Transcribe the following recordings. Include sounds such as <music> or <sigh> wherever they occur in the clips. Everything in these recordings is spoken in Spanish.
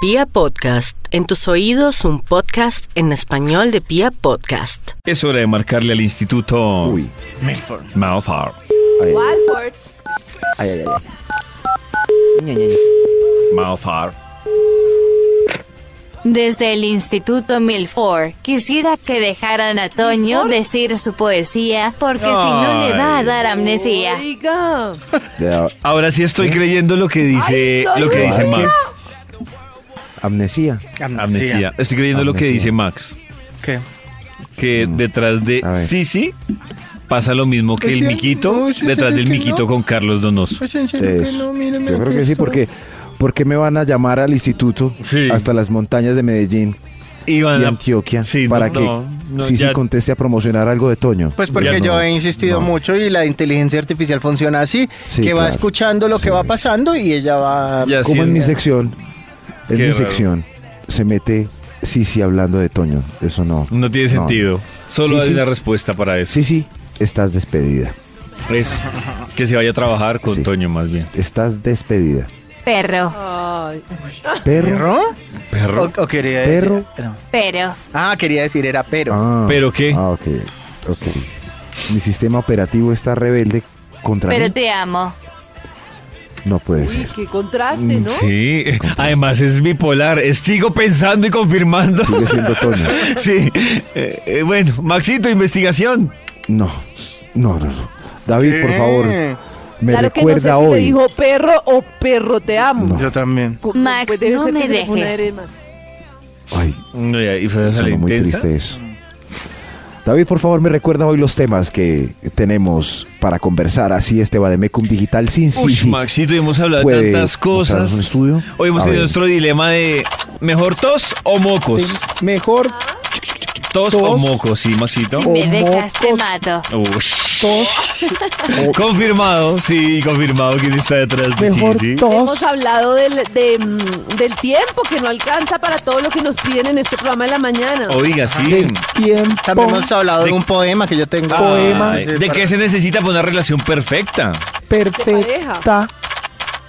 Pia Podcast, en tus oídos un podcast en español de Pia Podcast. Es hora de marcarle al instituto Uy. Malfour. Ay, Walford. ay, ay, ay, ay. Ña, Ña, Ña. Malfour. Desde el Instituto Milford, quisiera que dejaran a Toño decir su poesía, porque si no le va a dar amnesia. Oiga. Le da Ahora sí estoy creyendo lo que dice, Ay, no, lo que no, dice no. Max. amnesía. Amnesia. Estoy creyendo lo que Amnesia. Mm. dice Max. ¿Qué? Que detrás de A ver. Sisi pasa lo mismo que Pues el sí, miquito, no, sí, detrás sí, del que miquito no. con Carlos Donoso. Pues en serio Es- que no, mire, me yo creo que sí, asustó. porque porque me van a llamar al instituto Sí. hasta las montañas de Medellín Iván, y Antioquia sí, para no, que no, no, Sisi ya- conteste a promocionar algo de Toño. Pues Ya porque no, yo he insistido no. mucho y la inteligencia artificial funciona así, Sí, que va claro. escuchando lo Sí. que va pasando y ella va... ya Como en mi siento- sección, en Qué mi raro. sección se mete Sisi hablando de Toño. Eso no. No tiene No. sentido. Solo Sí, hay sí. una respuesta para eso. Sisi, estás despedida. Eso. Que se vaya a trabajar con Sí. Toño más bien. Estás despedida. Perro, Ay. Perro, ¿Perro? Perro. O, o quería Perro. no. pero. Ah, quería decir era pero. Ah, ¿Pero qué? Ah, ok. ok. Mi sistema operativo está rebelde contra mí. Pero te amo. No puede Uy, ser. qué contraste, ¿no? Sí, además es bipolar. es- Sigo pensando y confirmando. Sigue siendo <laughs> Toño. <laughs> Sí. Eh, eh, bueno, Maxito, investigación. No, no, no. no. David, por favor, Eh, me claro que no sé recuerda si le hoy. dijo perro o perro te amo. No. Yo también. Co- pues Max, debe no ser que me se le fue una dejes. R más. Ay, No, ya, y fue sonó la muy intensa. triste eso. David, por favor, me recuerda hoy los temas que tenemos para conversar. Así este Bademecum Digital sin Uy, sí, sí. Maxito, y hemos hablado de Puede tantas mostrarnos cosas. un estudio. Hoy hemos A tenido ver. nuestro dilema de mejor tos o mocos. Mejor Tos, o tos. mocos, sí, Maxito. Si me dejas, te mocos. mato. Ush. tos, <laughs> Confirmado, sí, confirmado quién está detrás de mejor sí, sí. Hemos tos. hablado del, de, mm, del tiempo que no alcanza para todo lo que nos piden en este programa de la mañana. Oiga, sí. Del tiempo. También Oh, hemos hablado de, De- un poema que yo tengo. Poema. Sí, ¿De para- qué se necesita para una relación perfecta? pareja. perfecta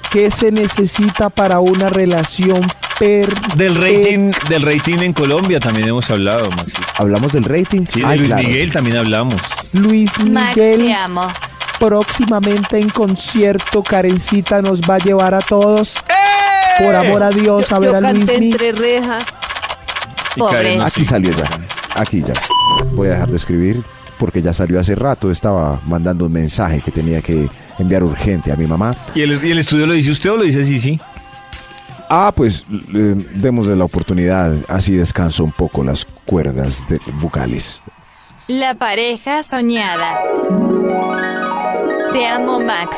que se necesita para una relación per Del rating, del rating en Colombia también hemos hablado, Maxito. Hablamos del rating. Sí, de Ay, Luis claro. Miguel también hablamos. Luis Max, te Miguel amo. próximamente en concierto Karencita nos va a llevar a todos ¡Eh! por amor a Dios a yo ver yo a Luis canté Miguel entre rejas. Y Pobre. Karen, Aquí salió ya. Aquí ya. Voy a dejar de escribir porque ya salió hace rato. Estaba mandando un mensaje que tenía que enviar urgente a mi mamá. ¿Y el, y el estudio lo dice usted o lo dice sí, sí? Ah, pues eh, démosle la oportunidad, así descanso un poco las cuerdas de- vocales. La pareja soñada. Te amo, Max.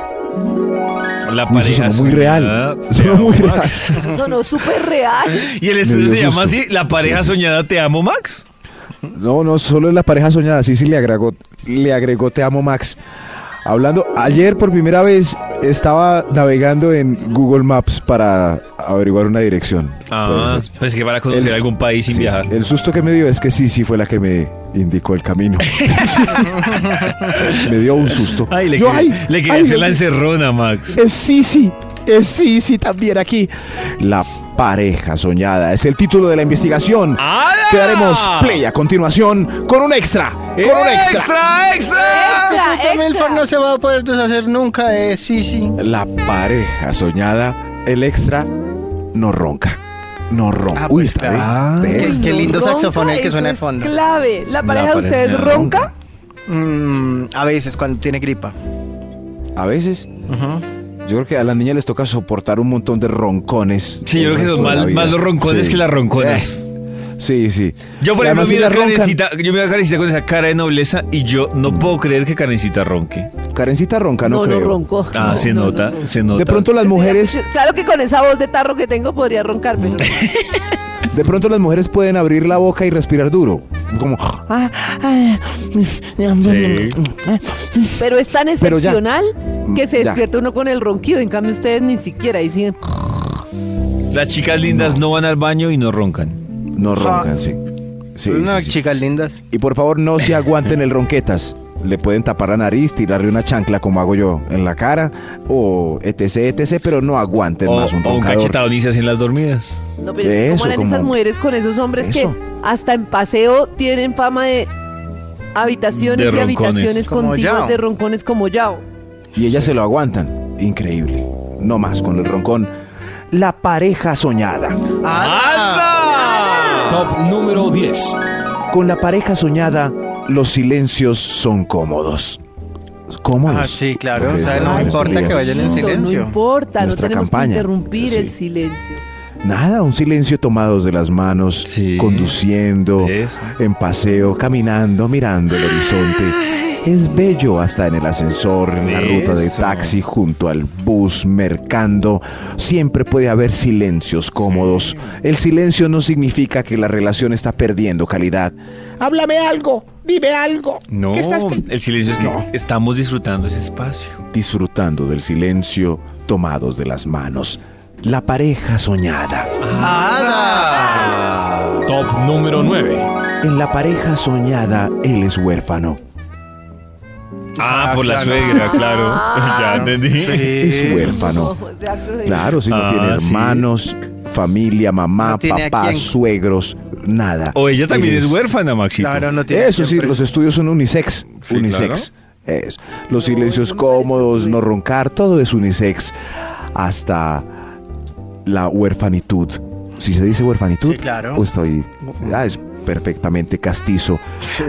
La Uy, eso pareja. sonó muy soñada, real. Sonó te amo, muy Max. real. Eso sonó súper real. Y el Me estudio dio se llama susto. así, La pareja Sí, sí. soñada te amo, Max. No, no, solo es la pareja soñada. Sí, sí, le agregó, le agregó Te amo, Max. Hablando, ayer por primera vez estaba navegando en Google Maps para averiguar una dirección. Ah, Puede ser. pues que para conocer El- algún país sin Sí, viajar. sí. El susto que me dio es que sí, sí fue la que me indicó <laughs> el camino. me dio un susto. Ay, le, Yo, quería- ay, le quería ay, hacer Dios la mío. encerrona, Max. es Sisi es Sisi también aquí La pareja soñada es el título de la investigación. ¡Ala! que daremos play a continuación con un extra. Con un extra. ¡Extra, extra! Extra, También el extra. fan no se va a poder deshacer nunca de sí, sí. La pareja soñada, el extra, no ronca. No ronca. Ah, Uy, pues, está claro. de- de Qué- extra. qué No lindo ronca, saxofón el que suena de eso fondo. Es clave. ¿La pareja de pareja ustedes ronca? Mm, a veces cuando tiene gripa. A veces, yo creo que a las niñas les toca soportar un montón de roncones. Sí, yo creo el que resto los de la más, vida. más los roncones Sí. que las ronconas. Eh, Sí, sí. Yo, por ejemplo, Y además, si miro a las roncan, Karencita, yo miro a Karencita con esa cara de nobleza y yo no puedo creer que Karencita ronque. Karencita ronca, no, no, creo. ronco. Ah, No, se no, nota, no, no. se nota. De pronto las mujeres, Claro que con esa voz de tarro que tengo podría roncar, pero. de pronto las mujeres pueden abrir la boca y respirar duro. Como, Sí. Pero es tan Pero ya. Mm, excepcional que se Ya. despierta uno con el ronquido. En cambio, ustedes ni siquiera. Y siguen. Las chicas lindas no. van al baño y no roncan. no roncan, sí. Sí, no, sí, sí. chicas lindas. Y por favor, no se aguanten el ronquetas. le pueden tapar la nariz, tirarle una chancla como hago yo en la cara, o etc, etc, pero no aguanten O, más un o un roncador. cachetado ni se hacen las dormidas. No, pero es que Eso, ¿cómo harán como- esas mujeres con esos hombres Eso. que hasta en paseo tienen fama de habitaciones De y roncones. habitaciones Como contiguas Yao. de roncones como Yao? Y ellas se lo aguantan. Increíble. No más con el roncón. La pareja soñada. Top número 10. Con la pareja soñada, los silencios son cómodos. Cómodos. Ah, sí, claro. Porque o sea, eso no es importa obligación. que vayan en No, No silencio. importa, Nuestra no tenemos campaña. que interrumpir Sí. el silencio. Nada, un silencio tomados de las manos, Sí. conduciendo, Eso. en paseo, caminando, mirando el horizonte. Es bello hasta en el ascensor, en la ruta de Eso. taxi, junto al bus, mercando. Siempre puede haber silencios cómodos. El silencio no significa que la relación está perdiendo calidad. Háblame algo, dime algo. No, ¿Qué estás pe- el silencio es que No. estamos disfrutando ese espacio. Disfrutando del silencio, tomados de las manos. La pareja soñada. Top número 9. En la pareja soñada, él es huérfano. Ah, Ah, por la claro. suegra, claro. <laughs> ya entendí. Es huérfano. <laughs> o sea, cruel. Claro, si no Eh. Ah, tiene sí. hermanos, familia, mamá, No tiene a papá, quién. suegros, nada. O ella también es Él huérfana, Maxito. Claro, no tiene Eso sí, siempre- <laughs> los estudios son unisex. Sí, unisex. Es. Los No, silencios eso me parece cómodos, cruel. no roncar, todo es unisex. Hasta la huerfanitud. Si se dice huerfanitud, Sí, claro. o estoy. Ah, es perfectamente castizo.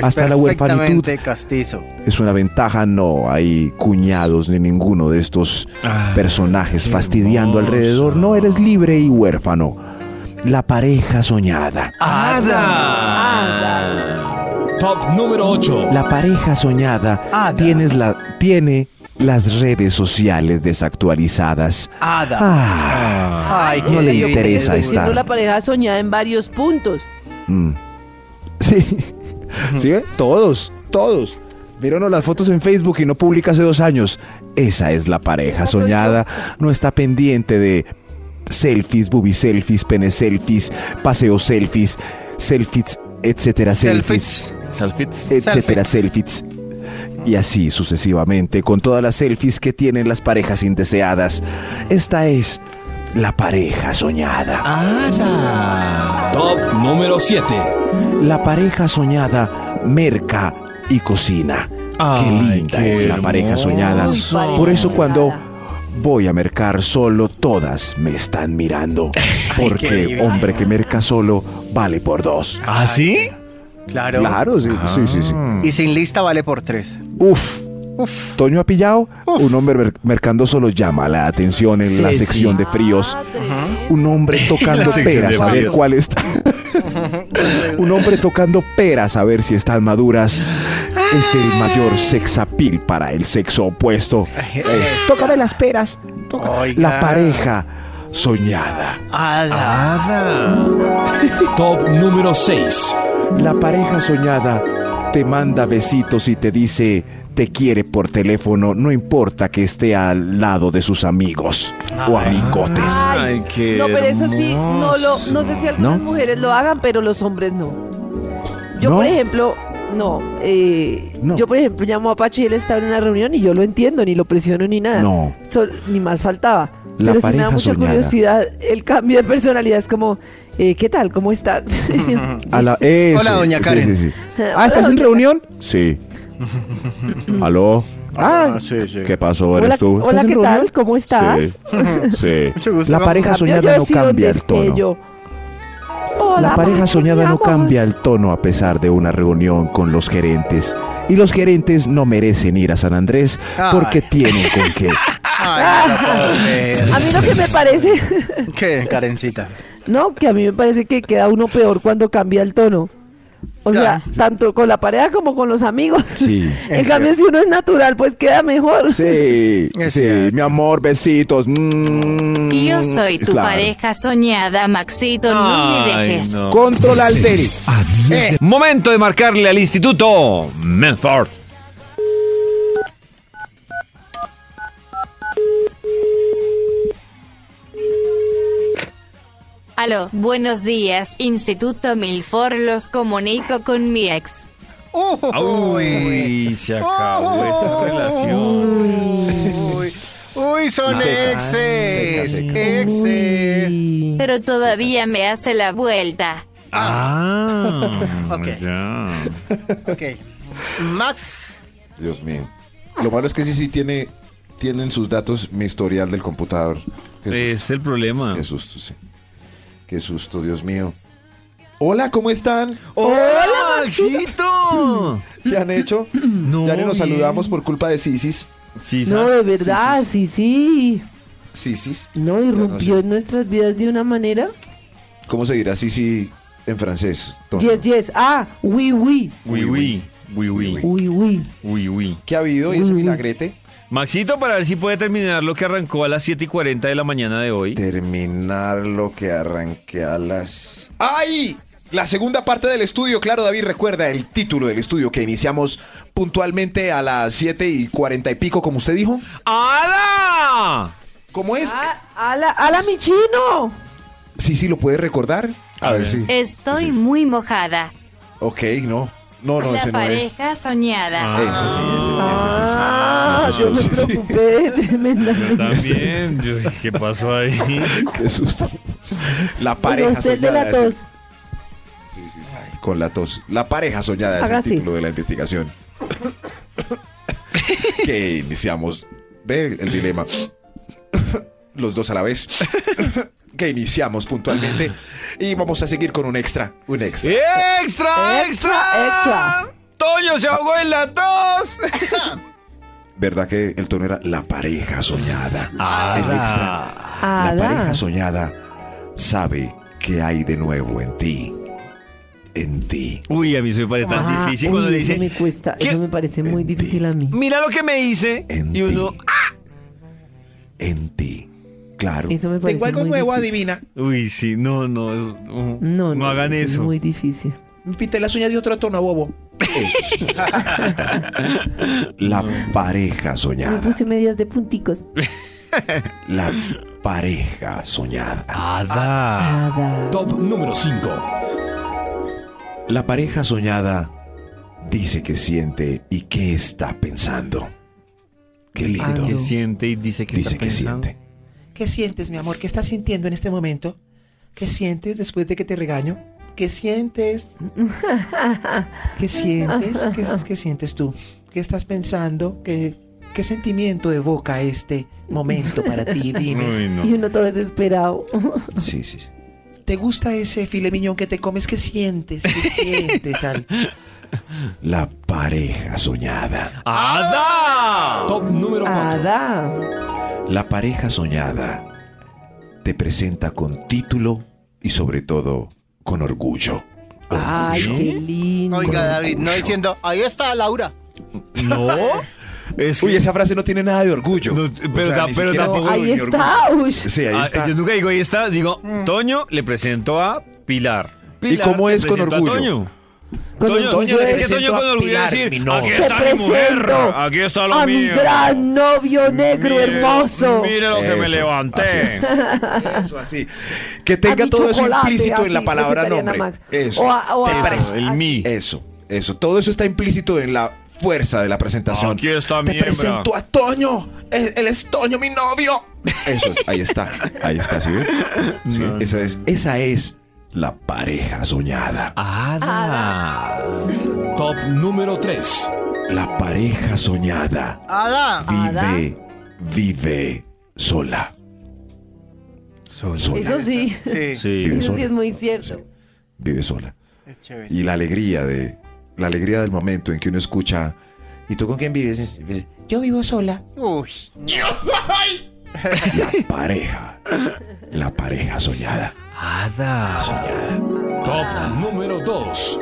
Hasta la huerfanitud perfectamente castizo. es una ventaja. No hay cuñados ni ninguno de estos Ah, personajes qué fastidiando hermoso. alrededor. No eres libre y huérfano. La pareja soñada. Top número 8. La pareja soñada tienes la, tiene las redes sociales desactualizadas. Ada. Ah, Ay, no le divino. interesa Estoy estar. siendo la pareja soñada en varios puntos. mm. Sí. ¿Sí ve? Todos, todos. Míranos las fotos en Facebook y no publica hace dos años. Esa es la pareja Esa soy soñada. No está pendiente de selfies, booby selfies, pene selfies, paseo selfies, selfies, etcétera, selfies. Selfies. Salfits. etcétera, selfies. Y así sucesivamente, con todas las selfies que tienen las parejas indeseadas. Esta es la pareja Ah. soñada. Top número 7. La pareja soñada merca y cocina. qué linda qué es la pareja hermoso. soñada. Uy, pareja Por eso soñada. cuando voy a mercar solo, todas me están mirando. Porque divino. hombre que merca solo vale por dos. ¿Ah, sí? Claro. Ah. Claro, sí, sí, sí. sí. Y sin lista vale por tres. Uf. Toño ha pillado. Un hombre mer- mercando solo llama la atención en Sí, la sección sí. de Ah, fríos. Un <laughs> hombre La tocando sección peras de a ver fríos. cuál <laughs> está. Un hombre tocando peras a ver si están maduras. Es el mayor sexapil para el sexo opuesto. Eh, Es Tócame las peras. Oiga. la pareja soñada. Ada. Ah. Top número 6. La pareja soñada te manda besitos y te dice te quiere por teléfono, no importa que esté al lado de sus amigos Ah, o amigotes. Ay, qué No, pero eso sí, no lo, no sé si algunas ¿No? mujeres lo hagan, pero los hombres no. Yo, ¿No? por ejemplo, no, eh, No. Yo, por ejemplo, llamo a Apache y él estaba en una reunión y yo lo entiendo, ni lo presiono ni nada. No. Sol- ni más faltaba. La pero sí me da pareja mucha soñada. curiosidad el cambio de personalidad. Es como, eh, ¿qué tal? ¿Cómo estás? <laughs> A la- eso, Hola, doña sí, sí, Karen. sí. Ah, ¿estás en reunión? <laughs> Sí. ¿Aló? Ah, ¿qué pasó? Hola, ¿Eres tú? hola, ¿Estás en ¿qué reunión? tal? ¿Cómo estás? <laughs> Sí. Sí. Mucho gusto. La vamos. pareja Cambio, soñada yo no he sido un cambia el tono. destello. Hola, La pareja Apache, soñada mi no amor. cambia el tono a pesar de una reunión con los gerentes. Y los gerentes no merecen ir a San Andrés porque Ay. tienen con <laughs> qué. Ay, no lo Ah. puedo creer. A mí lo que me parece... ¿Qué, Karencita? No, que a mí me parece que queda uno peor cuando cambia el tono. O sea, tanto con la pareja como con los amigos. Sí. <laughs> en cambio, si uno es natural, pues queda mejor. Sí, Es sí, cierto. mi amor, besitos. mm, Y yo soy tu claro. pareja soñada, Maxito, no me Ay, dejes. no. Controla el tenis. A 10 de Eh, Momento de marcarle al Instituto Menford. Aló, buenos días, Instituto Milford, los comunico con mi ex. Uy, se acabó esta relación. Uy, uy, son exes. Exes. Uy. Pero todavía me hace la vuelta. Ah, Ok. ya. Ok. Max. Dios mío. Lo malo es que sí, sí tiene, tienen sus datos mi historial del computador. Qué Es susto, el problema. qué susto, sí. Qué susto, Dios mío. Hola, ¿cómo están? ¡Hola, Maxito! ¿Qué han hecho? <clears throat> No, ya ni nos bien. saludamos por culpa de Sisis. Sí, No, ¿sabes? de verdad, sí, sí. Sisis. No, irrumpió sé. en nuestras vidas de una manera. ¿Cómo se dirá Sisi en francés? Toño? Yes, yes. Ah, oui, oui. Uy, uy, uy, uy, Oui, oui. uy, uy. ¿Qué ha habido? ¿Y ese milagrete? Maxito, para ver si puede terminar lo que arrancó a las 7 y 40 de la mañana de hoy. Terminar lo que arranqué a las... ¡Ay! La segunda parte del estudio, claro, David, recuerda el título del estudio que iniciamos puntualmente a las 7 y 40 y pico, como usted dijo. ¡Ala! ¿Cómo es? Ah, ala, ala, mi chino. Sí, sí, lo puedes recordar. A, A ver, ver. sí. Eh. Estoy muy mojada. Ok, no. No, no, la ese no es. pareja soñada. Ah. Ese sí, ese, Ah, ese sí, yo me sí, sí. preocupé <laughs> tremendamente. También, yo- ¿qué pasó ahí? Qué <laughs> susto. La pareja Pero usted de soñada, la ese- tos. Sí, sí, sí. Con la tos. La pareja soñada Haga es así. el título de la investigación. <laughs> que iniciamos. Ve el dilema. Los dos a la vez. <laughs> que iniciamos puntualmente. Y vamos a seguir con un extra. Un extra. ¡Extra, extra! extra. ¡Toño se ahogó en la tos! ¿Verdad que el tono era la pareja soñada? Ah, el extra. La Ala. pareja soñada sabe que hay de nuevo en ti. En ti. Uy, a mí se me parece tan Ah, difícil uy, cuando eso dice, me cuesta, ¿Qué? eso me parece muy Eh, difícil a mí. mira lo que me hice. En Y uno, "Ah". ti. En ti. Claro. Eso me parece muy difícil. adivina. uy, sí, no, no, no, No, no, hagan es eso. muy difícil. Pinte las uñas de otro tono, bobo. La pareja Me soñada. puse medias de punticos. La pareja soñada. Ada. Nada. Top número 5. La pareja soñada dice que siente y qué está pensando. Qué lindo. Ah, Que no. siente y dice que dice está que pensando. siente. ¿Qué sientes, mi amor? ¿Qué estás sintiendo en este momento? ¿Qué sientes después de que te regaño? ¿Qué sientes? ¿Qué sientes? ¿Qué, qué sientes tú? ¿Qué estás pensando? ¿Qué, ¿Qué sentimiento evoca este momento para ti? Dime. Uy, no. Y uno todo desesperado. Sí, sí. sí. ¿Te gusta ese filet mignon que te comes? ¿Qué sientes? ¿Qué sientes al La pareja soñada. ¡Ada! Top número 4. Ada. La pareja soñada te presenta con título y sobre todo con orgullo. Ay, qué lindo. Oiga, David, no diciendo, ahí está Laura. No. Es que- <laughs> Uy, esa frase no tiene nada de orgullo. No, O pero ta- ni pero siquiera tampoco- título Ahí ni orgullo. está. uy. Sí, ahí Ah, está. Yo nunca digo ahí está, digo, Toño le presento a Pilar. Mm. Pilar, cómo te es con presento a orgullo? Toño. Con Toño, orgullo Toño, es que es, Toño con a orgullo Pilar, decir, mi novia. aquí Te está mi mujer, presento aquí está lo a mi mío. gran novio negro Mire- hermoso. Mire lo que me Eso, levanté. Ah, así <laughs> Eso así. Que A tenga mi todo eso chocolate, implícito en la así palabra recitarían a nombre. Max. Eso. O a- o ¿Te a- parece? Eso, el mí. Eso, eso. Todo eso está implícito en la fuerza de la presentación. Aquí está mi Te hembra. presento a Toño. Él, él es Toño, mi novio. Eso es, ahí está. Ahí está, <laughs> ¿sí? ven? Sí, esa es, esa es la pareja soñada. Ada. Top número 3. La pareja soñada Ada. vive, vive sola. Sola. Eso sí. Sí. Sí. Vive Eso sí sola. es muy cierto. Vive sola. Es chévere. y la alegría de la alegría del momento en que uno escucha y tú con quién vives Yo vivo sola. Uy. la pareja la pareja soñada Ada. soñada Top número 2.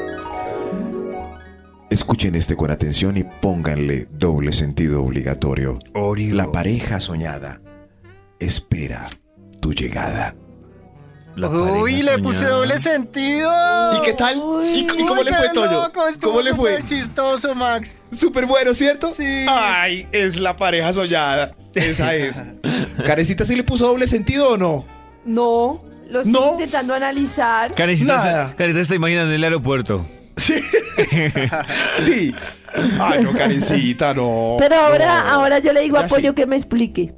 escuchen este con atención y pónganle doble sentido obligatorio Oreo. la pareja soñada espera tu llegada La Uy, pareja le puse soñada. doble sentido. tal Uy, uy, qué loco, estuvo súper chistoso, Max. súper bueno cierto Sí. ay es la pareja soñada esa <laughs> es carecita sí le puso doble sentido o no No, lo estoy No. intentando analizar. Carecita, Nada. Carecita está imaginando en el aeropuerto. Sí. <laughs> sí. Ay, no, Karencita, no. Pero ahora, no. ahora yo le digo Ya a Pollo sí. que <laughs> me explique.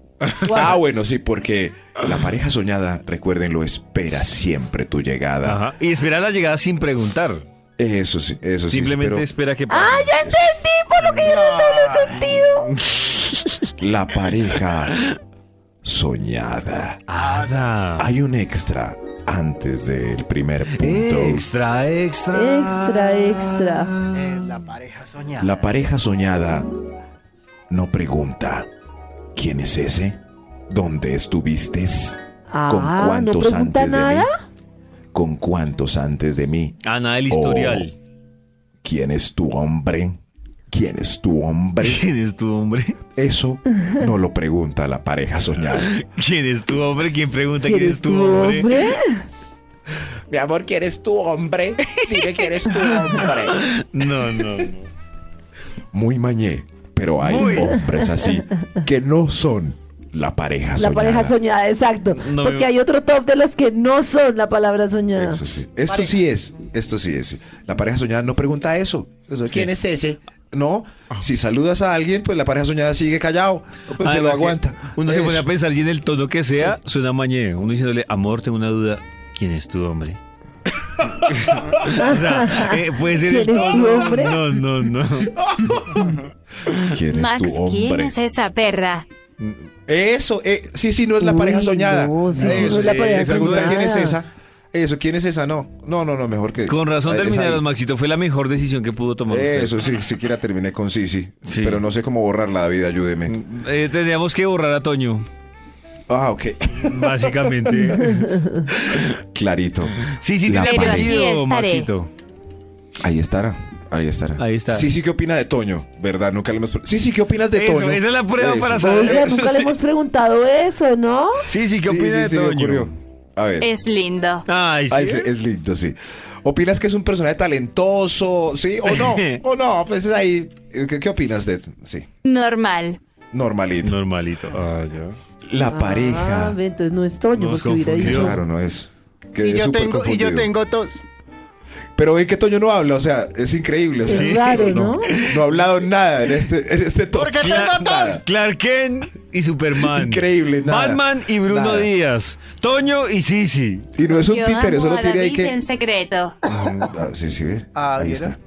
Ah, bueno, sí, porque la pareja soñada, recuérdenlo, espera siempre tu llegada. Ajá. Y espera la llegada sin preguntar. Eso sí, eso sí. Simplemente pero espera que pase. ¡Ah, ya entendí! Por lo que yo no doble sentido. La pareja soñada. Ada. Ah. Hay un extra antes del primer punto. Extra, extra. Extra, extra. la pareja soñada. La pareja soñada no pregunta ¿Quién es ese? ¿Dónde estuviste? ¿Con Ah, ¿no cuántos pregunta antes de nada? mí? ¿Con cuántos antes de mí? Ana del historial. ¿Quién es tu hombre? ¿Quién es tu hombre? ¿Quién es tu hombre? Eso no lo pregunta la pareja soñada. ¿Quién es tu hombre? ¿Quién pregunta quién ¿Quieres es tu tu hombre? hombre? <laughs> Mi amor, ¿quién es tu hombre? Dime quién es tu hombre. No, no, no. Muy mañé, pero hay Muy. hombres así que no son la pareja La soñada. pareja soñada, exacto. No Porque me- hay otro top de los que no son la palabra soñada. Eso sí. Esto sí es. Esto sí es. La pareja soñada no pregunta eso. Eso, ¿Quién es ese? No. Ah. Si saludas a alguien, pues la pareja soñada sigue callado. Pues se Además Ah, que lo aguanta. Uno se Eso. pone a pensar y en el tono que sea, suena mañé. Uno diciéndole, amor, tengo una duda. ¿Quién es tu hombre? <laughs> o sea, eh, puede ser el ¿Quién es tu tono. hombre? No, no, no. ¿Quién Max, es tu ¿quién hombre? es esa perra? Eso. eh, sí, sí, no es la Uy, pareja soñada. no, sí, sí, Eso, no es la sí, pareja se pregunta, ¿Quién es soñada. esa? Eso, ¿quién es esa? No. No, no, no, mejor que. Con razón Eh, esa terminaron, ahí. Maxito. Fue la mejor decisión que pudo tomar. usted. Eso, sí, siquiera terminé con sí, sí. Sí. Pero no sé cómo borrarla, David, ayúdeme. Eh, tendríamos que borrar a Toño, Ah, ok. <laughs> básicamente. Clarito. Sí, sí, La tiene pareja. Pero sentido, aquí estaré. Maxito. Ahí estará. Ahí estará. Ahí está. Sí, sí, ¿qué opina de Toño? ¿Verdad? Nunca le hemos pre- Sí, sí, ¿qué opinas de Eso, Toño? esa es la prueba Eso. para saber. Oiga, nunca le hemos preguntado eso, ¿no? Sí, sí, ¿qué Sí, opina sí, de sí, me Toño? ocurrió. A ver. Es lindo. Ay, sí. Ay, sí, es lindo, sí. ¿Opinas que es un personaje talentoso? ¿Sí o <laughs> no? ¿O no? Pues es ahí. ¿Qué, qué opinas de Sí, Normal. normalito. Normalito. Ah, ya. La Ah, pareja. ve, entonces no es Toño, Nos porque hubiera Qué confundió. dicho. raro, ¿no es? Quedé Y yo, súper tengo, y yo confundido. tengo tos. Pero ve que Toño no habla, o sea, es increíble. o sea, Es raro, ¿no? No ha hablado nada en este, en este top. Porque tengo Cla- tos. Clark Kent y Superman. Increíble, nada. Batman y Bruno Nada. Díaz. Toño y Sisi. Y no es un Yo títere, amo solo a tiene ahí David que. en secreto. Ah, sí, sí, ve. Ah, Ahí ¿vieron? está.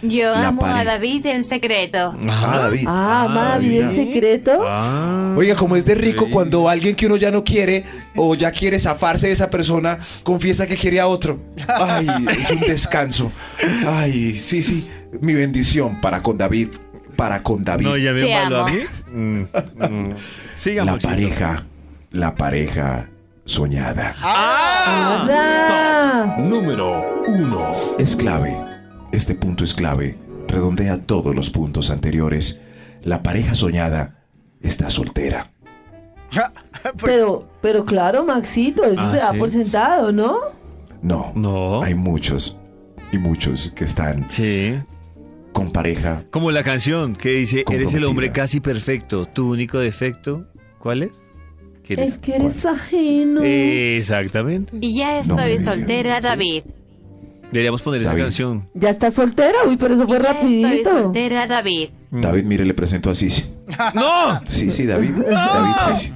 Yo La amo a pareja. David en secreto. Ah, David. Ah, amada vida en secreto. Ah. Oiga, como es de rico cuando alguien que uno ya no quiere o ya quiere zafarse de esa persona, confiesa que quiere a otro. Ay, es un descanso. Ay, sí, sí. Mi bendición para con David. Para con David. No, ya me Te malo a amo. mí. Mm, mm. Siga, la Maxito. pareja. La pareja soñada. Ah, Número 1. Es clave. Este punto es clave. Redondea todos los puntos anteriores. La pareja soñada está soltera. pero, pero claro, Maxito, eso Ah, se da sí. por sentado, ¿no? No. No. Hay muchos y muchos que están Sí. con pareja Como la canción que dice, eres el Comprometida. hombre casi perfecto. Tu único defecto, ¿cuál es? Que eres- Es que eres ajeno. Eh. Exactamente. Y ya No me estoy digas. soltera, David. Deberíamos poner esa David. canción. ¿Ya estás soltera? Uy, pero eso fue Ya estoy rapidito. soltera, David. David, mire, le presento a Sisi. Mm. ¡No! Sí, sí, David. David, Sisi.